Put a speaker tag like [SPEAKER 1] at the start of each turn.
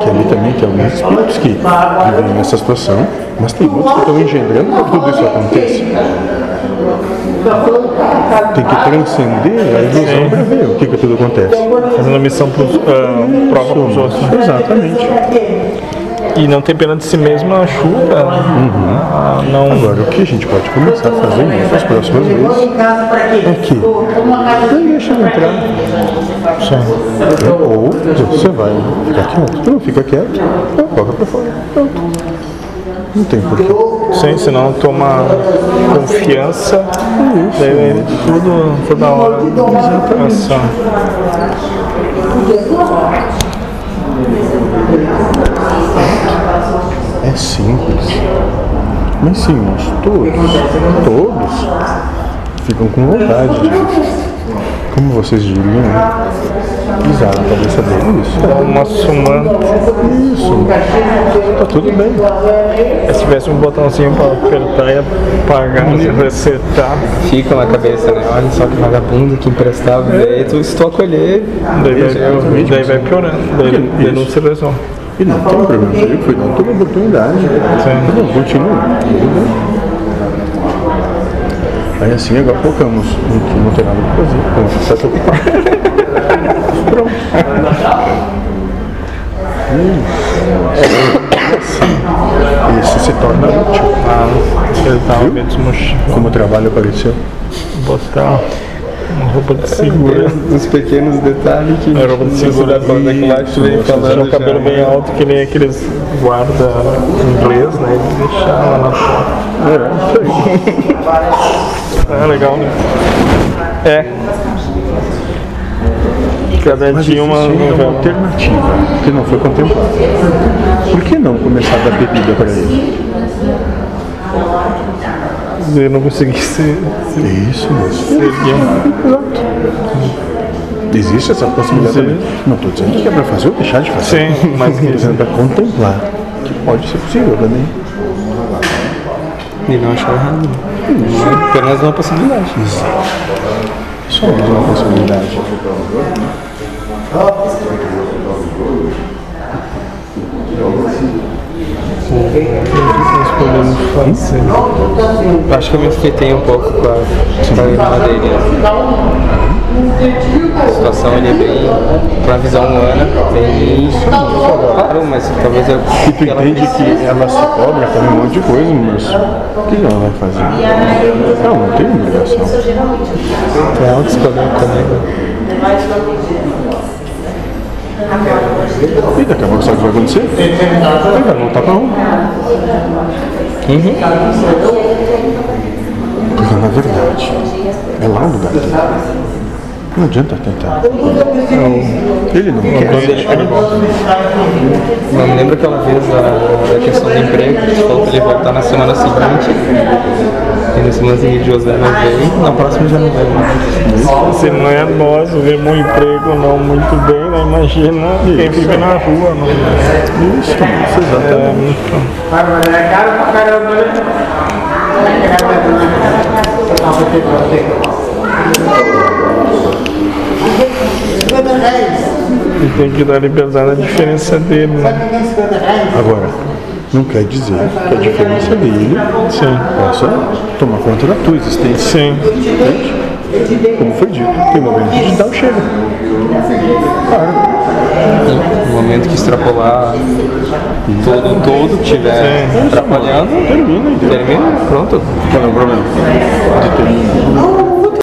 [SPEAKER 1] Que ali também tem alguns espíritos que vivem nessa situação, mas tem muitos que estão engendrando para que tudo isso aconteça. Tem que transcender a ilusão para ver o que, que tudo acontece.
[SPEAKER 2] Fazendo a missão pros, ah, prova para os outros. né?
[SPEAKER 1] Exatamente.
[SPEAKER 2] E não tem pena de si mesmo ajuda a Ah, não
[SPEAKER 1] Agora, o que a gente pode começar a fazer nas próximas vezes
[SPEAKER 3] em casa para quê?
[SPEAKER 1] é que
[SPEAKER 3] Uma casa
[SPEAKER 1] não deixa eu entrar. Só. Ou você vai ficar quieto. Eu fico quieto, eu coloco para fora. Pronto. Não tem porquê.
[SPEAKER 2] Sim, senão toma confiança, daí vem tudo, toda hora. Ação.
[SPEAKER 1] É simples. Mas sim, mas todos, todos ficam com vontade de, como vocês diriam, né? pisar na cabeça dele.
[SPEAKER 2] Então, uma sumando,
[SPEAKER 1] Isso, isso. Tá tudo bem.
[SPEAKER 2] se tivesse um botãozinho para apertar e apagar, resetar,
[SPEAKER 4] Fica na cabeça, né? Olha só que vagabundo que emprestava. Daí tu, Então, se tu acolher, é
[SPEAKER 2] daí vai,
[SPEAKER 4] eu-
[SPEAKER 2] daí vai piorando, daí, daí não se resolve.
[SPEAKER 1] E não tem problema. Ele foi dando toda a oportunidade.
[SPEAKER 2] Sim.
[SPEAKER 1] Não, continua. Aí assim agora colocamos no que não tem nada pra fazer. então Vamos ficar preocupado. Pronto. Hum. Isso se torna útil.
[SPEAKER 2] Ah, Apertar o medo mochila,
[SPEAKER 1] Como o trabalho apareceu.
[SPEAKER 2] botar uma roupa de segurança.
[SPEAKER 4] os pequenos detalhes que
[SPEAKER 2] A roupa de segurança.
[SPEAKER 4] banda que lá que tu vem
[SPEAKER 2] Tinha
[SPEAKER 4] falando.
[SPEAKER 2] o cabelo bem alto que nem aqueles guarda inglês, né? Eles deixavam lá na porta. É, legal, né? É. Cada
[SPEAKER 1] Mas
[SPEAKER 2] dia
[SPEAKER 1] tinha
[SPEAKER 2] uma
[SPEAKER 1] uma
[SPEAKER 2] novela.
[SPEAKER 1] alternativa que não foi contemplada. Por que não começar a dar bebida para ele?
[SPEAKER 2] Eu não consegui ser, ser,
[SPEAKER 1] É Isso mesmo.
[SPEAKER 2] ser guia.
[SPEAKER 1] Existe essa possibilidade
[SPEAKER 2] Sim.
[SPEAKER 1] também. Não estou dizendo que é para fazer ou deixar de fazer.
[SPEAKER 2] Sim, mas
[SPEAKER 1] Estou
[SPEAKER 2] que
[SPEAKER 1] dizendo para contemplar que pode ser possível também.
[SPEAKER 4] E não achar errado. Apenas uma possibilidade. né?
[SPEAKER 1] Isso é uma possibilidade.
[SPEAKER 4] Eu Acho que eu me esquentei um pouco com a, com a irmã dele. né? A situação ele é bem. com a visão humana, bem. Claro, mas talvez eu.
[SPEAKER 1] E tu entende que ela se cobra fazendo um monte de coisa, mas o que ela vai fazer? Não, não tem obrigação.
[SPEAKER 4] É ela que escolheu né? comigo.
[SPEAKER 1] E daqui a pouco sabe o que vai acontecer? Ele vai voltar para um.
[SPEAKER 4] Uhum.
[SPEAKER 1] Porque na verdade, é lá o lugar dele. Não adianta tentar. Ele não quer.
[SPEAKER 4] Eu me lembro aquela vez da, da questão do emprego, que falou pra ele voltar na semana seguinte. E na semana seguinte José não veio, na próxima já não veio. mais.
[SPEAKER 2] Se não é nós, vemos um emprego não muito bem, né? Imagina quem vive na rua, né? não
[SPEAKER 1] Isso, tá isso exatamente.
[SPEAKER 2] é muito.
[SPEAKER 3] para é caro pra caramba, né? É caro pra caramba.
[SPEAKER 2] E tem que dar liberdade à diferença dele, né?
[SPEAKER 3] 50 reais.
[SPEAKER 1] Agora, não quer dizer que a diferença dele possa tomar conta da tua existência.
[SPEAKER 2] Sim.
[SPEAKER 1] Como foi dito, tem momento que dá o chega.
[SPEAKER 4] No momento que extrapolar todo, todo que tiver
[SPEAKER 2] Sim.
[SPEAKER 4] atrapalhando,
[SPEAKER 1] Termina então. e deu.
[SPEAKER 4] termina, pronto.
[SPEAKER 1] Qual é o problema? Determina.